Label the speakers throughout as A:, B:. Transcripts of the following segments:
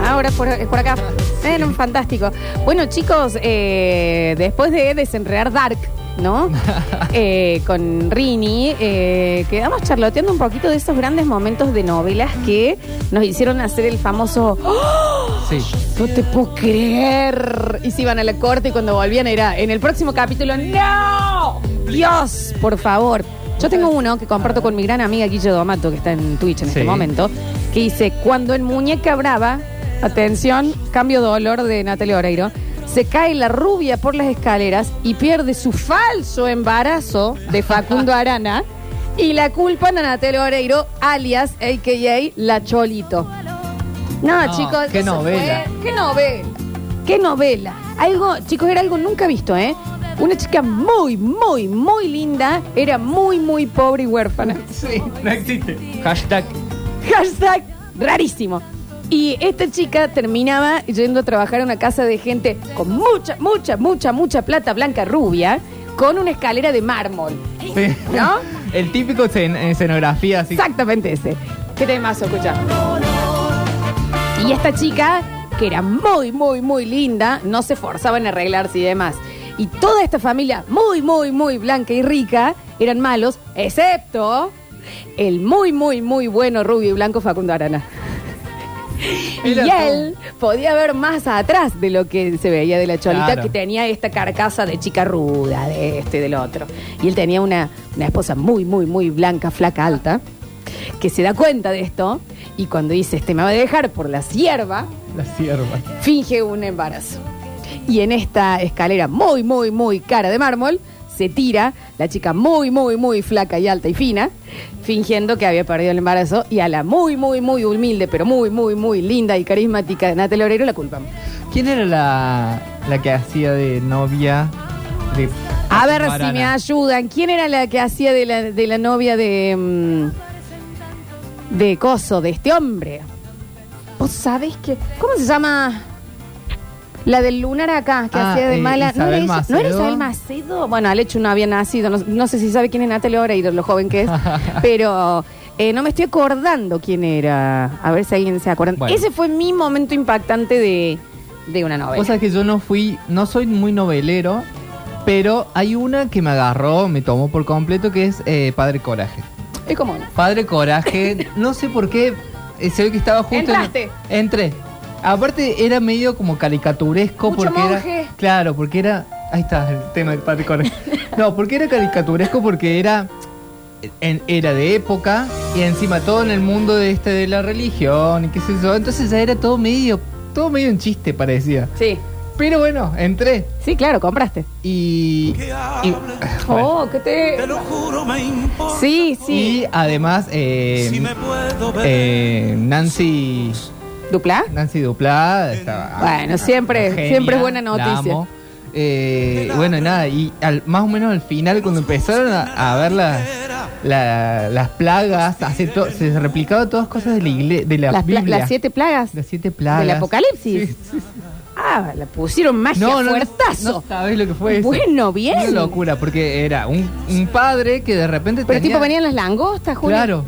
A: Ah, por, por acá. Eh, no, fantástico. Bueno, chicos, eh, después de desenredar Dark, ¿no? Eh, con Rini, eh, quedamos charloteando un poquito de esos grandes momentos de novelas que nos hicieron hacer el famoso ¡Oh!
B: Sí.
A: No te puedo creer. Y se iban a la corte y cuando volvían era en el próximo capítulo. ¡No! Dios, por favor. Yo tengo uno que comparto con mi gran amiga Guille Domato, que está en Twitch en este
B: Sí.
A: momento, que dice, cuando en Muñeca Brava, atención, cambio de olor de Natalia Oreiro, se cae la rubia por las escaleras y pierde su falso embarazo de Facundo Arana y la culpan a Natalia Oreiro, alias, a.k.a. La Cholito. No,
B: No,
A: chicos.
B: qué
A: eso fue-
B: novela.
A: qué novela. Qué novela. Algo, chicos, era algo nunca visto, ¿eh? Una chica muy, muy, muy linda, era muy, muy pobre y huérfana.
B: Sí, no existe. Hashtag.
A: Hashtag rarísimo. Y esta chica terminaba yendo a trabajar a una casa de gente con mucha, mucha, mucha, mucha plata blanca rubia, con una escalera de mármol.
B: Sí.
A: ¿No?
B: El típico escen- escenografía así.
A: Exactamente ese. ¿Qué temazo, escucha? Y esta chica, que era muy, muy, muy linda, no se forzaba en arreglarse y demás. Y toda esta familia, muy, muy, muy blanca y rica, eran malos, excepto el muy, muy, muy bueno rubio y blanco Facundo Arana. Y
B: Mira tú.
A: él podía ver más atrás de lo que se veía de la cholita
B: Claro.
A: que tenía esta carcasa de chica ruda, de este, del otro. Y él tenía una, una esposa muy, muy, muy blanca, flaca, alta, que se da cuenta de esto y cuando dice, este me va a dejar por la sierva,
B: La sierva.
A: finge un embarazo. Y en esta escalera muy, muy, muy cara de mármol, se tira la chica muy, muy, muy flaca y alta y fina, fingiendo que había perdido el embarazo, y a la muy, muy, muy humilde, pero muy, muy, muy linda y carismática de Natalia Oreiro la culpamos.
B: ¿Quién era la, la que hacía de novia de.
A: A ver si
B: Barana?
A: me ayudan. ¿Quién era la que hacía de la, de la novia de. mm, de Coso, de este hombre? ¿Vos sabés que. ¿Cómo se llama? La del lunar acá, que
B: Ah,
A: hacía de
B: eh,
A: mala. ¿No era,
B: Isabel
A: ella- ¿No era
B: Macedo?
A: Isabel Macedo? Bueno, al hecho no había nacido. No, no sé si sabe quién es Natalia Oreiro, lo joven que es. pero. eh, no me estoy acordando quién era. A ver si alguien se acuerda.
B: Bueno.
A: Ese fue mi momento impactante de, de una novela.
B: Vos sabés que yo no fui, no soy muy novelero, pero hay una que me agarró, me tomó por completo, que es eh, Padre Coraje.
A: es como.
B: Padre Coraje, no sé por qué, eh, se ve que estaba justo... en-
A: Entraste.
B: entré. Aparte era medio como caricaturesco
A: Mucho
B: porque
A: monje.
B: era... Claro, porque era... Ahí está el tema de Padre Coraje. No, porque era caricaturesco porque era... en- era de época y encima todo en el mundo de este de la religión y qué sé yo. Entonces ya era todo medio... Todo medio un chiste parecía.
A: Sí.
B: Pero bueno, entré
A: Sí, claro, compraste.
B: y. y- bueno,
A: Oh, qué te.
C: lo juro, me importa.
A: Sí, sí.
B: y además, eh,
C: puedo
B: eh, Nancy.
A: ¿Dupla?
B: Nancy Duplá estaba.
A: Bueno, siempre- siempre es buena noticia.
B: la amo. Eh, bueno, nada, y al- más o menos al final, cuando empezaron a, a ver las la- las plagas, hace to- se replicaba todas cosas de la, igle- de la
A: Las, pla-
B: Biblia.
A: las siete plagas.
B: Las siete plagas.
A: ¿Del Apocalipsis?
B: Sí, sí, sí.
A: Ah, la pusieron magia,
B: No, no,
A: fuertazo.
B: no sabés lo que fue eso.
A: Bueno, bien.
B: Una locura, porque era un, un padre que de repente
A: Pero
B: tenía...
A: tipo venían las langostas, Julio.
B: Claro,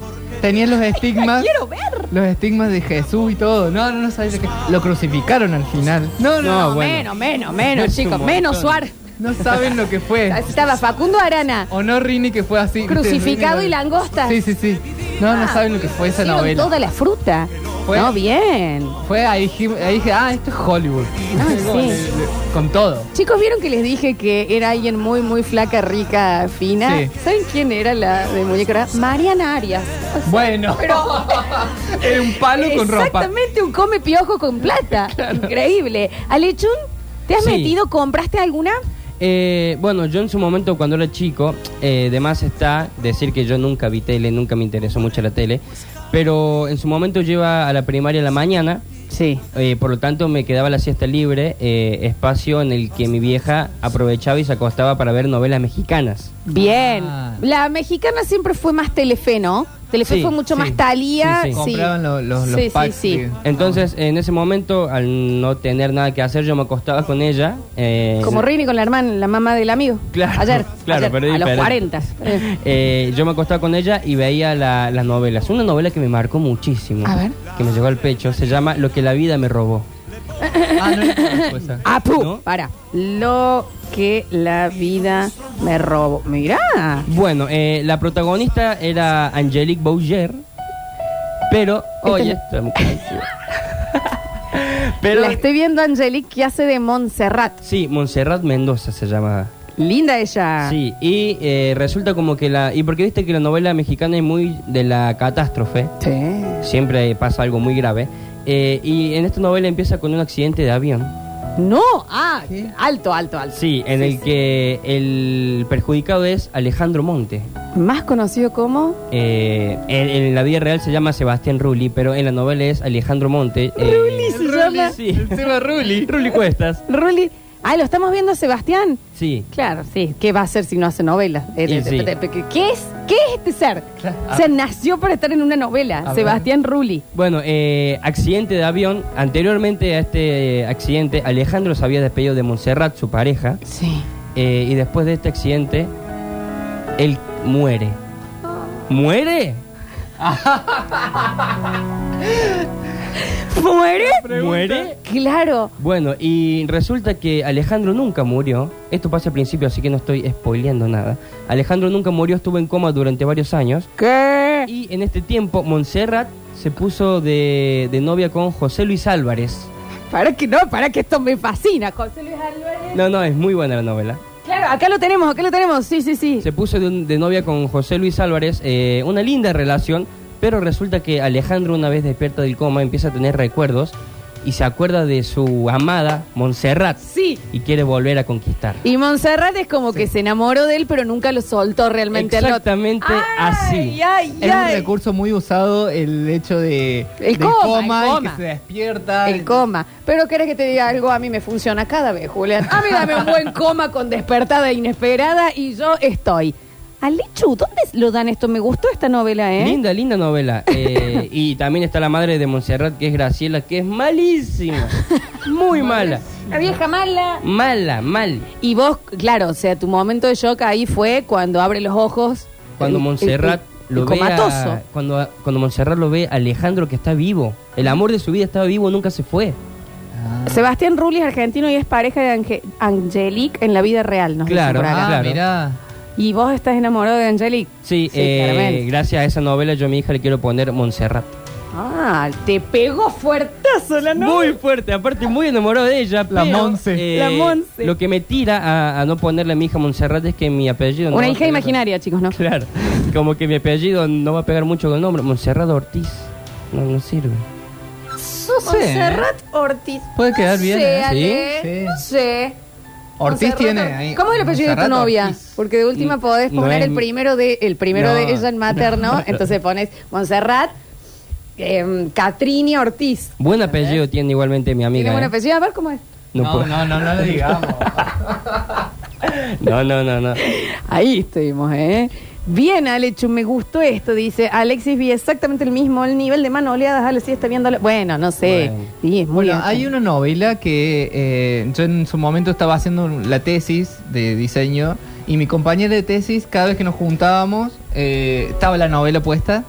B: tenía los estigmas...
A: quiero ver.
B: Los estigmas de Jesús y todo. No, no, no sabés lo que... Lo crucificaron al final. No, no,
A: No,
B: bueno.
A: menos, menos, menos,
B: Es un
A: chicos.
B: montón.
A: Menos Suárez.
B: No saben lo que fue.
A: Estaba Facundo Arana.
B: O no, Rini, que fue así.
A: Crucificado y langosta. Ah.
B: Sí, sí, sí. No, no saben lo que fue esa
A: Hicieron
B: novela.
A: toda la fruta.
B: Fue-
A: No, bien.
B: Fue ahí, dije- ahí dije, ah, esto es Hollywood.
A: Ah, sí.
B: Con todo.
A: Chicos, ¿vieron que les dije que era alguien muy, muy flaca, rica, fina?
B: Sí.
A: ¿Saben quién era la de muñeca? Era Mariana Arias.
B: Bueno,
A: Pero-
B: era un palo con ropa.
A: Exactamente, un come piojo con plata. Increíble. Alechun, ¿te has
D: Sí.
A: metido? ¿Compraste alguna?
D: Eh, bueno, yo en su momento cuando era chico, eh, de más está decir que yo nunca vi tele, nunca me interesó mucho la tele, pero en su momento yo iba a la primaria a la mañana,
A: Sí.
D: eh, por lo tanto me quedaba la siesta libre, eh, espacio en el que mi vieja aprovechaba y se acostaba para ver novelas mexicanas.
A: Bien.
B: Ah.
A: La mexicana siempre fue más Telefe, ¿no? Telefe
D: Sí,
A: fue mucho
D: sí.
A: más Talía.
D: Sí, sí.
B: Compraban lo- los- los
A: sí,
B: packs
A: sí, sí.
B: de-
D: Entonces, en ese momento, al no tener nada que hacer, yo me acostaba con ella. eh,
A: Como Rini con la hermana, la mamá del amigo.
D: Claro,
A: Ayer.
D: claro,
A: ayer,
D: pero
A: a los
D: diferente.
A: 40. Eh.
D: Eh, yo me acostaba con ella y veía la- las novelas. Una novela que me marcó muchísimo,
A: A ver.
D: que me llegó al pecho, se llama Lo que la vida me robó.
B: Ah, no era cosa.
A: Apu,
D: ¿No?
A: Ah, para. Lo que la vida me robó. Mirá.
D: Bueno, eh, la protagonista era Angélique Bouger, pero...
A: Este
D: Oye, esta mujer- pero...
A: la estoy viendo a Angelique que hace de Montserrat.
D: Sí, Montserrat Mendoza se llama.
A: Linda ella.
D: Sí, y eh, resulta como que la... Y porque viste que la novela mexicana es muy de la catástrofe,
A: Sí.
D: siempre pasa algo muy grave. eh, y en esta novela empieza con un accidente de avión.
A: No, ah, alto, alto, alto.
D: Sí, en el que el perjudicado es Alejandro Monte.
A: Más conocido como.
D: Eh, en, en la vida real se llama Sebastián Rulli, pero en la novela es Alejandro Monte. eh,
A: Rulli se llama.
D: Sí. Rulli. Rulli Cuestas.
A: Rulli. Ah, lo estamos viendo a Sebastián.
D: Sí.
A: Claro, sí. ¿Qué va a hacer si no hace novela? Eh,
D: Y
A: de-
D: sí.
A: de- de- ¿Qué es? ¿Qué es este ser?
B: Claro.
A: O sea, nació para estar en una novela.
B: ver.
A: Sebastián Rulli.
D: Bueno, eh, accidente de avión. Anteriormente a este accidente, Alejandro se había despedido de Montserrat, su pareja,
A: Sí.
D: eh, y después de este accidente, él muere. ¿Muere?
A: ¿Muere?
D: ¿Muere?
A: Claro.
D: Bueno, y resulta que Alejandro nunca murió. Esto pasa al principio, así que no estoy spoileando nada. Alejandro nunca murió, estuvo en coma durante varios años.
A: ¿Qué?
D: Y en este tiempo, Montserrat se puso de, de novia con José Luis Álvarez.
A: Para que no, para que esto me fascina. José Luis Álvarez.
D: No, no, es muy buena la novela.
A: Claro, acá lo tenemos, acá lo tenemos. Sí, sí, sí.
D: Se puso de, un- de novia con José Luis Álvarez, eh, una linda relación, pero resulta que Alejandro una vez despierta del coma empieza a tener recuerdos y se acuerda de su amada Montserrat
A: Sí.
D: y quiere volver a conquistar.
A: Y Montserrat es como que se enamoró de él, pero nunca lo soltó realmente al otro.
D: Exactamente así.
A: Ay, ay,
B: Es un
A: ay.
B: recurso muy usado el hecho de
A: El
B: del
A: coma, el
B: y
A: coma.
B: que se despierta.
A: El coma. Pero querés que te diga algo, a mí me funciona cada vez, Julián. A mí dame un buen coma con despertada e inesperada y yo estoy. Alechu, ¿dónde lo dan esto? Me gustó esta novela, ¿eh?
D: Linda, linda novela. Eh, y también está la madre de Montserrat, que es Graciela, que es malísima. Muy mala.
A: La vieja mala.
D: Mala, mal.
A: Y vos, claro, o sea, tu momento de shock ahí fue cuando abre los ojos.
D: Cuando
A: el-
D: Montserrat
A: el-
D: lo
A: el
D: ve. a-
A: comatoso.
D: cuando, cuando Montserrat lo ve a Alejandro que está vivo. El amor de su vida está vivo, nunca se fue.
B: Ah.
A: Sebastián Rulli es argentino y es pareja de Ange- Angelique en la vida real, nos dicen
D: Claro.
A: por acá.
B: Ah,
D: claro.
B: mirá.
A: Y vos estás enamorado de Angelique.
D: Sí, eh,
A: claramente.
D: gracias a esa novela yo a mi hija le quiero poner Montserrat.
A: Ah, te pegó fuertazo la novela.
D: Muy fuerte, aparte muy enamorado de ella.
B: La
D: pero, eh,
B: Monse.
A: Ah, La Monse.
D: Lo que me tira a, a no ponerle a mi hija Montserrat es que mi apellido... no va
A: Una
D: a
A: hija
D: pegar-
A: imaginaria, chicos, ¿no?
D: Claro, como que mi apellido no va a pegar mucho con el nombre. Montserrat Ortiz. No, no sirve.
A: Monserrat Ortiz.
B: Puede quedar bien,
A: No sé,
B: ¿eh?
A: Ale,
B: Sí, sí.
A: no sé.
B: Ortiz
A: Monserrat
B: tiene
A: Ortiz.
B: ahí.
A: ¿Cómo es el apellido de tu
B: Monserrat
A: novia?
B: Ortiz.
A: Porque de última
D: Mm,
A: podés
D: no
A: poner
D: es-
A: el primero de el primero
B: No.
A: de ella en materno, entonces pones Monserrat em, Catrini Ortiz.
D: Buen apellido tiene igualmente mi amiga.
A: Tiene buen
D: ¿eh?
A: apellido, a ver cómo es.
D: No,
B: No,
D: puedo.
B: no, no, no lo digamos.
D: no, no, no, no.
A: Ahí estuvimos, ¿eh? Bien, Alechu, me gustó esto, dice Alexis vi exactamente el mismo, el nivel de manoleadas, Ale sí está viéndolo. Bueno, no sé.
D: Bueno.
A: Sí, es muy
B: Bueno,
A: bien.
B: hay una novela que eh, yo en su momento estaba haciendo la tesis de diseño y mi compañera de tesis, cada vez que nos juntábamos, eh, estaba la novela puesta,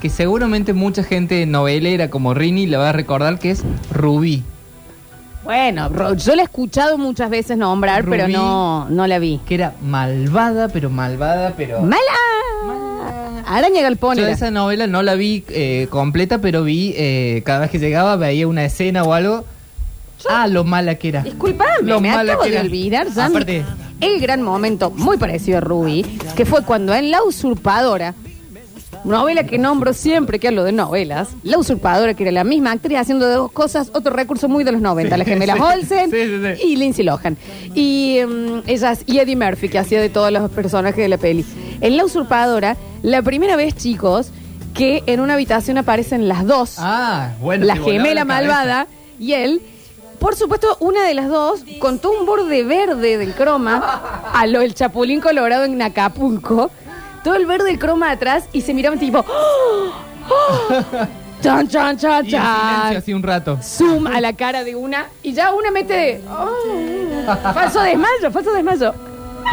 B: que seguramente mucha gente novelera como Rini la va a recordar, que es Rubí.
A: Bueno, Ro- yo la he escuchado muchas veces nombrar,
B: Rubí.
A: pero no, no la vi.
B: que era malvada, pero malvada, pero...
A: ¡Mala! Araña Galpón
B: Yo
A: era.
B: esa novela no la vi eh, completa, pero vi eh, cada vez que llegaba, veía una escena o algo. Ah, lo mala que era.
A: Disculpame,
B: Lo
A: me
B: mala
A: acabo
B: que
A: de
B: era.
A: olvidar ya
B: Aparte-
A: el gran momento muy parecido a Ruby, que fue cuando en La Usurpadora, novela que nombro siempre que hablo de novelas, La Usurpadora, que era la misma actriz haciendo de dos cosas, otro recurso muy de los 90, las gemelas
B: sí,
A: Olsen
B: sí, sí, sí.
A: y Lindsay Lohan. Y, mm, ellas, y Eddie Murphy, que hacía de todos los personajes de la peli. En La Usurpadora, la primera vez, chicos, que en una habitación aparecen las dos
B: Ah, bueno.
A: la
B: te volaba
A: gemela
B: cabeza.
A: malvada y él. Por supuesto, una de las dos contó un borde verde del croma a lo el chapulín colorado en Acapulco. Todo el verde del croma atrás y se miraban tipo. ¡Oh! ¡Oh! ¡Chan, chan, chan,
B: Y en silencio
A: chan!
B: hace un rato.
A: Zoom a la cara de una y ya una mete. ¡Oh! Falso desmayo, falso desmayo.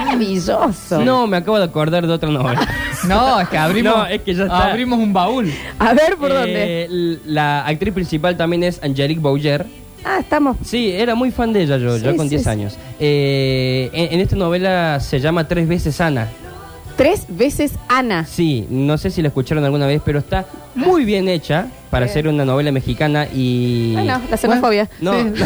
A: Maravilloso.
D: No, me acabo de acordar de otra novela.
B: No, es que abrimos,
D: No, es que ya está.
B: abrimos un baúl. Eh.
A: A ver por dónde.
D: Eh, l- La actriz principal también es Angelique Bouger.
A: Ah, estamos.
D: Sí, era muy fan de ella yo,
A: Sí,
D: ya con
A: sí,
D: 10
A: sí.
D: años. Eh, en, en esta novela se llama Tres veces Ana.
A: Tres veces Ana.
D: Sí, no sé si la escucharon alguna vez, pero está muy bien hecha para
A: Bien.
D: ser una novela mexicana y...
A: Bueno, Ah, la xenofobia.
D: No,
B: Sí.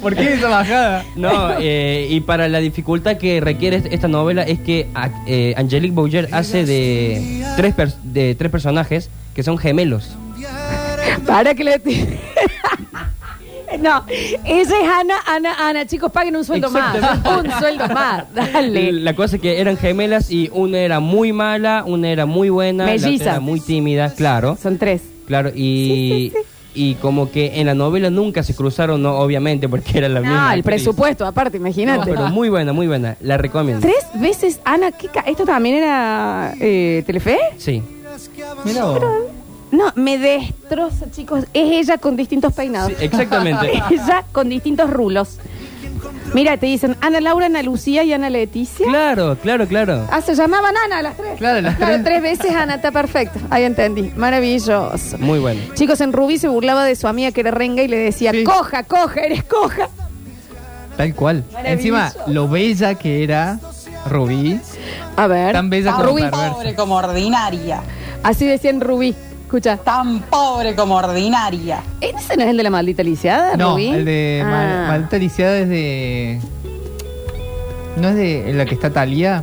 B: ¿Por qué esa bajada?
D: no eh, y para la dificultad que requiere est- esta novela es que a- eh, Angelique Boyer hace de tres, pers- de tres personajes que son gemelos.
A: Para que le tire. No, esa es Ana, Ana, Ana. Chicos, paguen un sueldo más.
D: Exactamente.
A: Un sueldo más. Dale.
D: La cosa es que eran gemelas y una era muy mala, una era muy buena, la
A: Melliza.
D: otra era muy tímida, claro.
A: Son tres.
D: Claro, y, y como que en la novela nunca se cruzaron, no, obviamente, porque era la
A: No,
D: misma.
A: el
D: actriz.
A: presupuesto, aparte,
D: No,
A: imagínate.
D: pero muy buena, muy buena. La recomiendo.
A: Tres veces Ana. ¿qué ca- ¿Esto también era eh, Telefe?
D: Sí.
B: Mira vos.
A: No, me destroza, chicos. Es ella con distintos peinados.
D: Sí, exactamente.
A: ella con distintos rulos. Mira, te dicen Ana Laura, Ana Lucía y Ana Leticia.
D: Claro, claro, claro.
A: Ah, se llamaban Ana las tres.
B: Claro, las tres.
A: veces Ana, está perfecto. Ahí entendí. Maravilloso.
D: Muy buena.
A: Chicos, en Rubí se burlaba de su amiga que era renga y le decía,
B: Sí.
A: coja, coja, eres coja.
B: Tal cual.
A: Maravilloso.
B: Encima, lo bella que era Rubí.
A: A ver.
B: Tan bella como
A: Ah, Rubí.
B: perversa.
E: pobre como ordinaria.
A: Así decía en Rubí. Escucha.
E: Tan pobre como ordinaria.
A: ¿Ese no es el de la maldita lisiada,
B: No,
A: Rubí?
B: el de
A: Ah.
B: Mal- Maldita Lisiada es de. ¿No es de la que está Talía?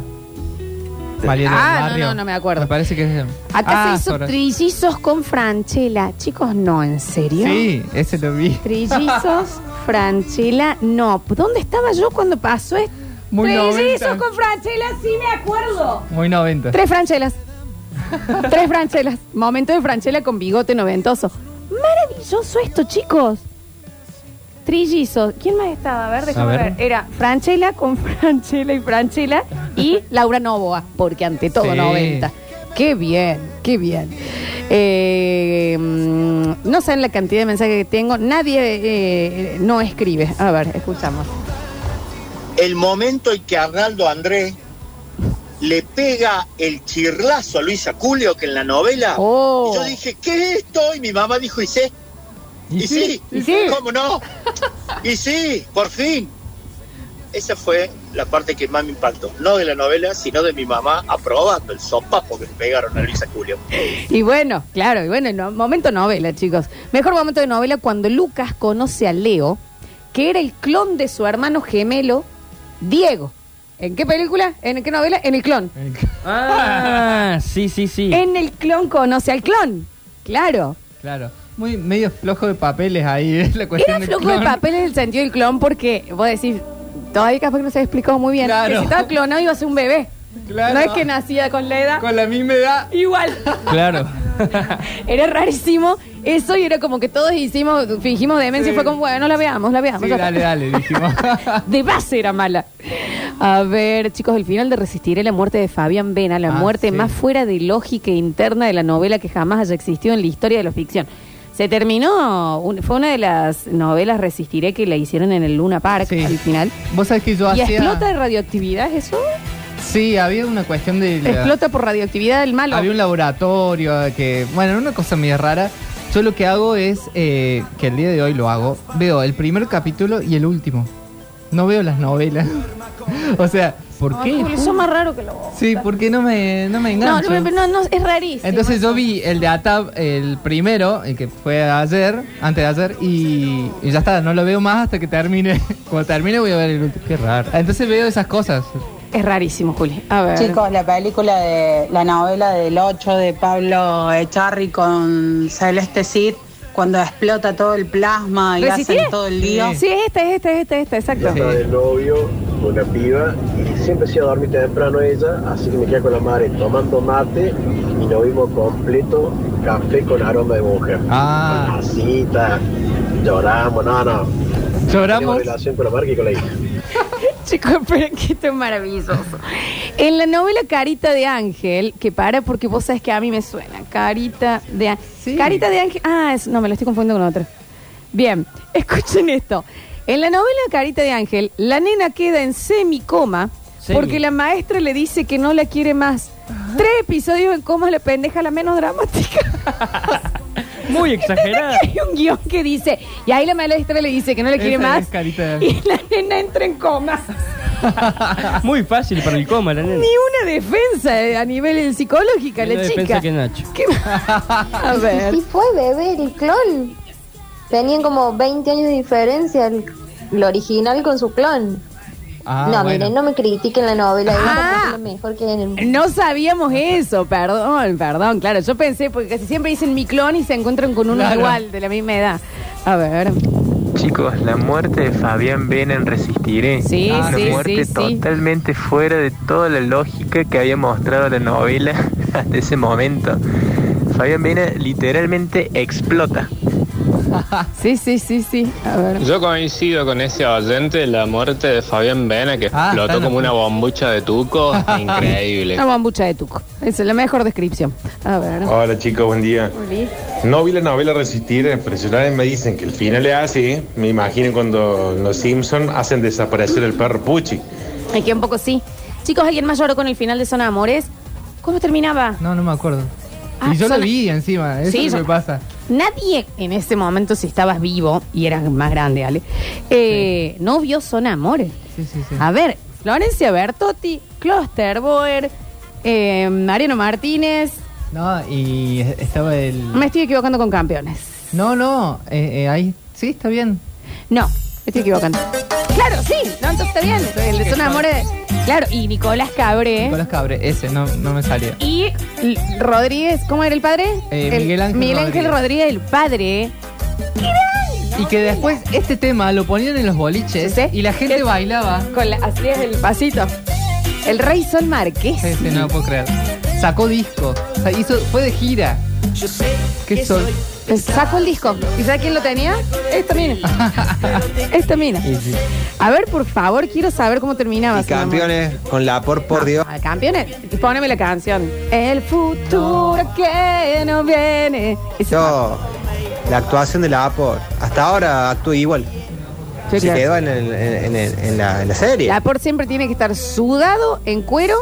B: María del
A: Ah, no,
B: Barrio.
A: no, no me acuerdo.
B: Me parece que es.
A: Acá
B: Ah,
A: se hizo
B: sobre-
A: trillizos con Franchela. Chicos, no, ¿en serio?
B: Sí, ese lo vi.
A: Trillizos, Franchela, no. ¿Dónde estaba yo cuando pasó esto?
B: Muy
A: Trillizos
B: 90.
A: con Franchela, sí me acuerdo.
B: Muy 90.
A: Tres franchelas. Tres franchelas. Momento de franchela con bigote noventoso. Maravilloso esto, chicos. Trillizos. ¿Quién más estaba? A ver, déjame
D: A
A: ver.
D: ver.
A: Era franchela con franchela y franchela y Laura Novoa, porque ante todo
B: Sí.
A: 90. Qué bien, qué bien. Eh, mm, no saben la cantidad de mensajes que tengo. Nadie eh, no escribe. A ver, escuchamos.
F: el momento en que Arnaldo Andrés le pega el chirlazo a Luisa Culio que en la novela.
A: Oh.
F: Y yo dije, ¿qué es esto? Y mi mamá dijo, ¿y sé? ¿Y, sí?
A: ¿Y sí?
F: ¿Cómo no? y sí, por fin. Esa fue la parte que más me impactó. No de la novela, sino de mi mamá aprobando el sopapo que le pegaron a Luisa Culio.
A: Y bueno, claro, y bueno, no- momento novela, chicos. Mejor momento de novela cuando Lucas conoce a Leo, que era el clon de su hermano gemelo, Diego. ¿En qué película? ¿En qué novela? En el clon.
D: Ah, sí, sí, sí.
A: En el clon conoce al clon. Claro.
B: Claro. Muy medio flojo de papeles ahí, es la cuestión
A: Era
B: del
A: flojo de
B: Pues clon.
A: papel en el sentido del clon porque vos decís, todavía capaz que no se ha explicado muy bien.
B: Claro.
A: Que si estaba clonado iba a ser un bebé.
B: Claro.
A: No es que nacía con la edad.
B: Con la misma edad.
A: Igual.
D: Claro.
A: Era rarísimo eso y era como que todos hicimos, fingimos demencia y
B: Sí.
A: fue como, bueno, la veamos, la veamos.
B: Sí,
A: ya está.
B: dale, dale, dijimos.
A: De base era mala. A ver, chicos, el final de Resistiré la muerte de Fabián Vena, la
B: Ah,
A: muerte
B: sí.
A: más fuera de lógica interna de la novela que jamás haya existido en la historia de la ficción. Se terminó, un- fue una de las novelas Resistiré que la hicieron en el Luna Park
B: Sí.
A: al final.
B: Vos sabés que yo
A: ¿Y
B: hacía.
A: explota de radioactividad eso?
B: Sí, había una cuestión de. la-
A: Explota por radioactividad del malo.
B: Había un laboratorio que, bueno, una cosa medio rara. Yo lo que hago es, eh, que el día de hoy lo hago, veo el primer capítulo y el último. No veo las novelas. o sea, ¿por
A: Ay,
B: qué?
A: Julio, sos más raro que lo
B: Sí, porque no me, no me
A: No,
B: engancho.
A: no, no, no, no, es rarísimo.
B: Entonces yo vi el de Atab, el primero, el que fue ayer, antes de ayer, y, y ya está, no lo veo más hasta que termine. Cuando termine voy a ver el último.
D: Qué raro.
B: Entonces veo esas cosas.
A: Es rarísimo, Juli. A ver.
E: Chicos, la película de la novela del 8 de Pablo Echarri con Celeste Cid, cuando explota todo el plasma y
A: ¿Resistiré?
E: hacen todo el lío.
A: Sí, esta, esta, esta, esta, exacto.
B: Sí.
G: Estaba de novio con una piba y siempre se iba a dormir temprano ella, así que me quedé con la madre tomando mate y nos vimos completo café con aroma de mujer.
B: Ah.
G: Con Masita, lloramos, no, no. Tenemos
B: Lloramos.
G: relación con la marca y con la hija.
A: Chicos, pero que esto es maravilloso. En la novela Carita de Ángel, que para porque vos sabes que a mí me suena. Carita de Ángel.
B: Sí.
A: Carita de Ángel. Ah, es- no, me lo estoy confundiendo con otra. Bien, escuchen esto. En la novela Carita de Ángel, la nena queda en semicoma
D: Semi.
A: porque la maestra le dice que no la quiere más. Tres episodios en coma la pendeja la menos dramática.
D: muy exagerada.
A: Hay un guión que dice, y ahí la maestra le dice que no le quiere
B: Esa
A: más.
B: es carita de-
A: Y la nena entra en coma.
D: Muy fácil para el coma, la
A: Ni
D: nena.
A: una defensa eh, a nivel eh, psicológica,
D: Menos
A: la
D: defensa
A: chica.
D: que Nacho.
A: ¿Qué- A ver.
H: Y fue bebé el clon. Tenían como 20 años de diferencia el, el original con su clon.
B: Ah,
H: no,
B: bueno.
H: miren, no me critiquen la novela. es
A: Ah.
H: una película mejor que en el...
A: No sabíamos eso, perdón, perdón, claro. Yo pensé, porque casi siempre dicen mi clon y se encuentran con uno
B: Claro.
A: igual, de la misma edad. A ver.
I: Chicos, la muerte de Fabián Vena en Resistiré.
A: Sí,
I: una
A: sí,
I: muerte
A: sí, sí.
I: totalmente fuera de toda la lógica que había mostrado la novela hasta ese momento. Fabián Vena literalmente explota.
A: Sí, sí, sí, sí. A ver.
J: Yo coincido con ese oyente, la muerte de Fabián Vena, que
B: Ah, está en
J: explotó
B: la-
J: como una bombucha de tuco, increíble.
A: Una bambucha de tuco. Esa es la mejor descripción. A ver.
I: Ah.
K: Hola chicos, buen día. No vi la novela Resistir, eh, profesionales me dicen que el final es así. Me imagino cuando los Simpson hacen desaparecer el perro Puchi.
A: Aquí un poco sí. Chicos, ¿alguien más lloró con el final de Son Amores? ¿Cómo terminaba?
B: No, no me acuerdo.
A: Ah,
B: y yo
A: son-
B: lo vi encima, eso
A: Sí,
B: es lo
A: yo-
B: que pasa.
A: Nadie en ese momento, si estabas vivo y eras más grande, Ale, eh, no vio Son Amores.
B: Sí, sí, sí.
A: A ver, Florencia Bertotti, Klosterboer, eh, Mariano Martínez.
B: No, y estaba el.
A: Me estoy equivocando con campeones.
B: No, no, eh, eh, ahí. Sí, está bien.
A: No, me estoy equivocando. Claro, sí, no, entonces está bien. El de Son Amores. Claro, y Nicolás Cabré.
B: Nicolás Cabre, ese no, no me salía.
A: Y L- Rodríguez, ¿cómo era el padre?
B: Eh,
A: El-
B: Miguel Ángel
A: Ángel Rodríguez, el padre.
B: Y que después este tema lo ponían en los boliches
A: Sí, sí.
B: y la gente
A: Es-
B: bailaba.
A: Con la, así es el pasito. El Rey Sol Márquez.
B: Sí, sí, no lo puedo creer. Sacó disco. O sea, hizo, fue de gira. ¿Qué soy?
A: Pues Sacó el disco. ¿Y sabe quién lo tenía? Esta mina. Esta mina. A ver, por favor, quiero saber cómo terminaba. Son Amores.
I: con la por por Dios.
A: Ah, campeones, poneme la canción. El futuro que no viene. Ese-
I: Yo, la actuación de la por hasta ahora actúa igual.
A: Sí, claro.
I: en, la, serie.
A: La por siempre tiene que estar sudado, en cuero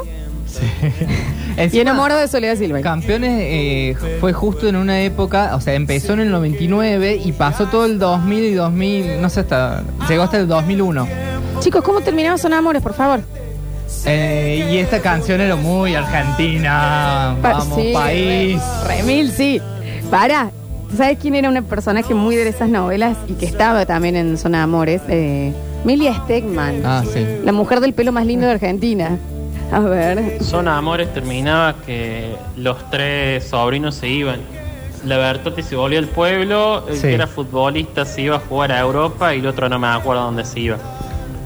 A: y
B: Encima,
A: enamorado de Soledad Silva.
B: Campeones eh, fue justo en una época, o sea, empezó en el 99 y pasó todo el 2000 y 2000, no sé, hasta llegó hasta el 2001.
A: Chicos, ¿cómo terminaba Son Amores, por favor?
B: Eh, y esta canción era muy argentina.
A: Pa-
B: Vamos,
A: sí,
B: país.
A: re- Remil, sí. Para. ¿Sabes quién era un personaje muy de esas novelas y que estaba también en Son Amores? Eh, Milia Stegman,
B: Ah, sí.
A: la mujer del pelo más lindo de Argentina. A ver.
J: Son Amores terminaba que los tres sobrinos se iban. La Bertotti se volvió al pueblo, el
B: Sí.
J: que era futbolista se iba a jugar a Europa y el otro no me acuerdo dónde se iba.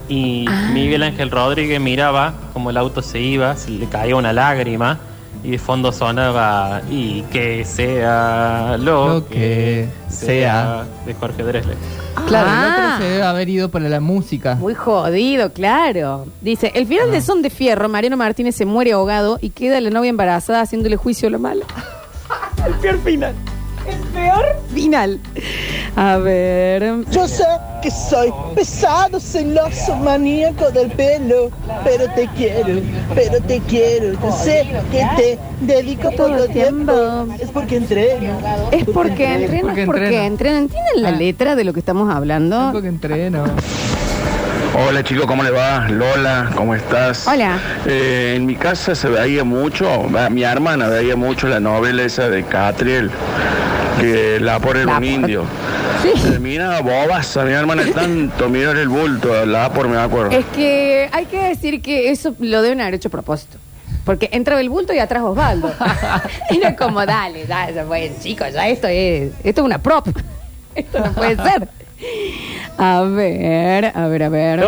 J: Y
B: Ah.
J: Miguel Ángel Rodríguez miraba como el auto se iba, se le caía una lágrima y de fondo sonaba y que sea lo,
B: Lo que sea.
J: de Jorge Dresler.
B: Claro, el
A: Ah.
B: otro se debe haber ido para la música.
A: Muy jodido, claro. Dice, el final
B: Ah.
A: de Son de Fierro, Mariano Martínez se muere ahogado y queda la novia embarazada haciéndole juicio a lo malo. el peor final. El peor final. A ver.
E: Yo sé que soy pesado, celoso, maníaco del pelo, pero te quiero, pero te quiero. Yo sé que te dedico
A: Todo el tiempo.
E: Es porque entreno.
A: Es porque entreno,
B: porque
A: es porque
B: entreno.
A: entrenan. ¿Entienden la
B: Ah.
A: letra de lo que estamos hablando?
B: que entreno.
K: Hola chicos, ¿cómo le va? Lola, ¿cómo estás?
A: Hola.
K: Eh, en mi casa se veía mucho, va- mi hermana veía mucho la novela esa de Catriel, que la por el
A: La
K: un
A: por-
K: indio. Eh,
A: Sí.
K: Termina bobaza, mi hermana tanto mirar el bulto, la por me acuerdo.
A: Es que hay que decir que eso lo deben haber hecho a propósito. Porque entra el bulto y atrás Osvaldo. Era como, dale, dale, pues, chicos, ya esto es, esto es una prop. Esto no puede ser. A ver, a ver, a ver.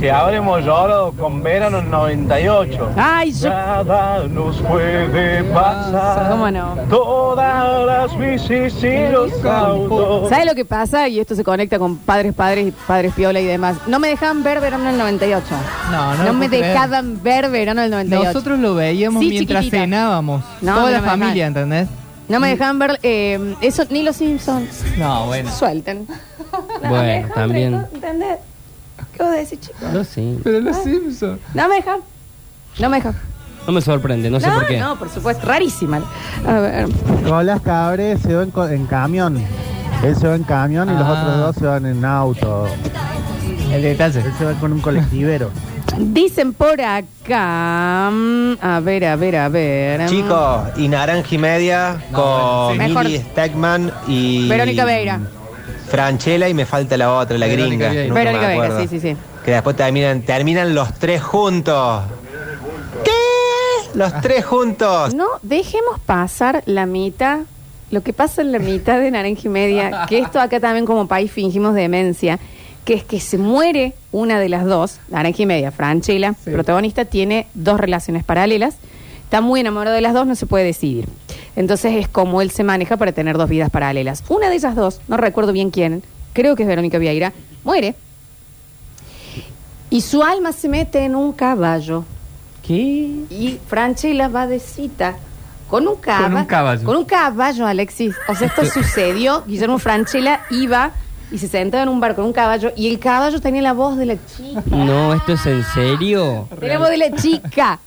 I: si habremos llorado con Vera en el 98.
A: Ay, Ah, yo- Ah,
I: Nada nos puede pasar.
A: ¿Cómo no?
I: Todas las bicis y los autos.
A: ¿Sabes lo que pasa? Y esto se conecta con padres, padres y padres piola y demás. No me dejaban ver verano del 98.
B: No, no
A: No,
B: lo
A: me
B: puedo creer.
A: dejaban ver verano del 98.
B: Nosotros lo veíamos
A: Sí,
B: mientras
A: chiquitita.
B: cenábamos.
A: No,
B: Toda
A: no
B: la
A: me
B: familia, ¿entendés?
A: No me dejaban ver eh, eso, ni los Simpsons.
B: No, bueno.
A: Suelten.
D: Bueno, también.
A: ¿Entendés? ¿Qué vos decís, chico?
D: Yo sí.
B: Pero los Simpsons.
A: No me dejan. No me dejan.
D: No me sorprende, no, sé por qué.
A: No, por supuesto, rarísima. A ver.
L: Nicolás Cabre se va en, co- en camión. Él se va en camión y los
B: Ah,
L: otros dos se van en auto.
B: El detalle.
L: Él se va con un colectivero.
A: Dicen por acá. mm, A ver, a ver, a ver. mm,
M: Chicos, y Naranja y Media con
A: bueno, sí.
M: Lili
A: Mejor.
M: Stegman y.
A: Verónica Veira.
M: Franchella y me falta la otra, la
A: Verónica
M: gringa.
A: Vieira.
M: nunca me
A: Verónica Vieira,
M: acuerdo.
A: sí, sí, sí.
M: Que después terminan, terminan los tres juntos. ¿Qué? Los tres juntos.
A: No dejemos pasar la mitad, lo que pasa en la mitad de Naranja y Media, que esto acá también como país fingimos demencia, que es que se muere una de las dos, Naranja y Media, Franchella, protagonista, tiene dos relaciones paralelas, está muy enamorado de las dos, no se puede decidir. Entonces es como él se maneja para tener dos vidas paralelas. Una de esas dos, no recuerdo bien quién, creo que es Verónica Vieira, muere. Y su alma se mete en un caballo.
D: ¿Qué?
A: Y Franchella va de cita con un caballo.
B: Con un caballo.
A: Con un caballo, Alexis. O sea, esto sucedió. Guillermo Franchella iba y se sentaba en un bar con un caballo y el caballo tenía la voz de la chica.
D: No, esto es en serio.
A: Tenía la voz de la chica.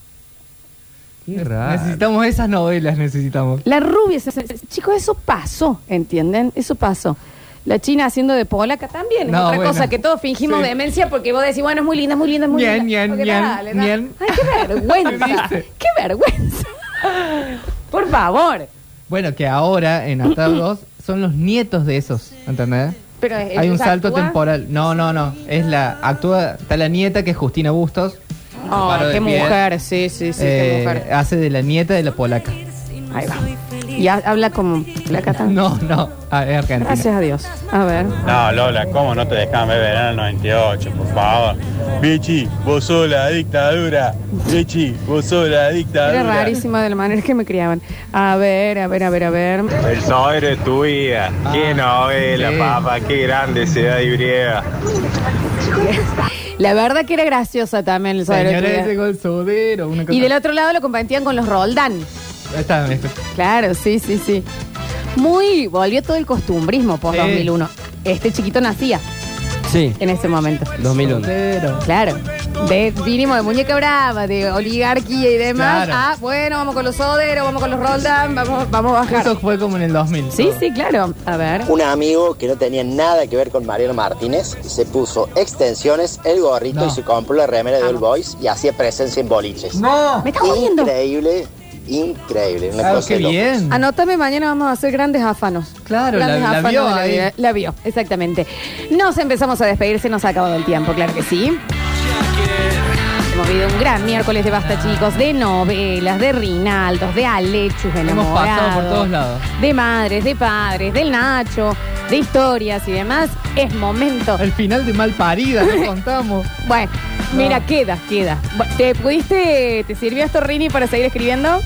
B: Necesitamos esas novelas, necesitamos.
A: La rubia. se- se- se- Chicos, eso pasó, ¿entienden? Eso pasó. La China haciendo de polaca también. Es
B: No,
A: otra
B: bueno.
A: cosa que todos fingimos
B: Sí.
A: demencia porque vos decís, bueno, es muy linda, es muy linda, es muy
B: Bien,
A: linda.
B: bien,
A: Ok,
B: bien,
A: dale, dale.
B: bien.
A: Ay, qué vergüenza. qué vergüenza. Por favor.
B: Bueno, que ahora en Avatar 2 son los nietos de esos, ¿entendés?
A: Pero
B: Hay un
A: ellos
B: salto
A: actúan.
B: temporal. No, no, no. Es la actúa está la nieta que es Justina Bustos.
A: Oh,
B: Paro de
A: qué
B: pie.
A: mujer, sí, sí, sí, qué
B: Eh,
A: mujer.
B: Hace de la nieta de la polaca.
A: Ahí va. Y ha- habla como placa también.
B: No, no. Ah, es argentina.
A: Gracias a Dios. A ver.
N: No, Lola, ¿cómo no te dejaban beber en el 98? Por favor. Bichi, vos sos la dictadura. Bichi, vos sos la
A: Era
N: dictadura.
A: rarísima de la manera que me criaban. A ver, a ver, a ver, a ver.
O: El sol es tu vida. Qué
B: Ah,
O: novela, papá. Qué grande ciudad de Briega.
A: La verdad que era graciosa también el suadero
B: Señora
A: de tu vida.
B: llegó el sodero, una cosa.
A: Y del otro lado lo compartían con los Roldán.
B: Ahí está, este. esto.
A: Claro, sí, sí, sí. Muy, volvió todo el costumbrismo post
B: Sí.
A: 2001. Este chiquito nacía
D: Sí.
A: en ese momento.
D: 2001.
A: Claro. De mínimo de muñeca brava, de oligarquía y demás.
B: Claro.
A: Ah, bueno, vamos con los soderos, vamos con los Roldán, vamos, vamos a bajar.
B: Eso fue como en el 2000.
A: Sí, sí, claro. A ver.
P: Un amigo que no tenía nada que ver con Mariano Martínez se puso extensiones, el gorrito y se compró la remera de All Boys y hacía presencia en boliches.
B: Ah, ¡No!
A: ¡Me estás jodiendo!
P: Increíble, increíble. Una
B: Ah,
P: cosa
B: qué
P: de locos.
B: bien.
A: Anótame, mañana vamos a hacer grandes afanos.
B: Claro,
A: grandes
B: la- la
A: afanos
B: vio
A: de
B: ahí.
A: vida. La vio, exactamente. Nos empezamos a despedir, se nos ha acabado el tiempo, claro que sí. Hemos vivido un gran miércoles de basta, chicos, de novelas, de Rinaldos, de Alechus, de
B: Hemos pasado
A: Enamorados,
B: por todos lados.
A: De madres, de padres, del Nacho, de historias y demás. Es momento.
B: El final de mal parida, no contamos.
A: Bueno, mira, queda, queda. Bu- ¿Te pudiste, te sirvió esto, Rini, para seguir escribiendo?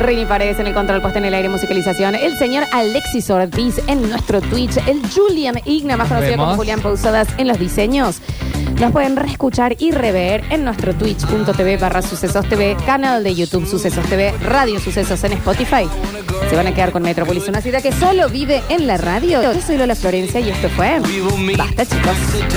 A: Rini Paredes en el control puesto en el aire musicalización. El señor Alexis Ortiz en nuestro Twitch. El Julian Igna, más
Q: Nos
A: conocido como
Q: vemos.
A: Julián Pausadas en los diseños. Nos pueden reescuchar y rever en nuestro twitch.tv barra sucesos TV, canal de YouTube Sucesos TV, Radio Sucesos en Spotify. Se van a quedar con Metrópolis, una ciudad que solo vive en la radio. Yo soy Lola Florencia y esto fue Basta, chicos.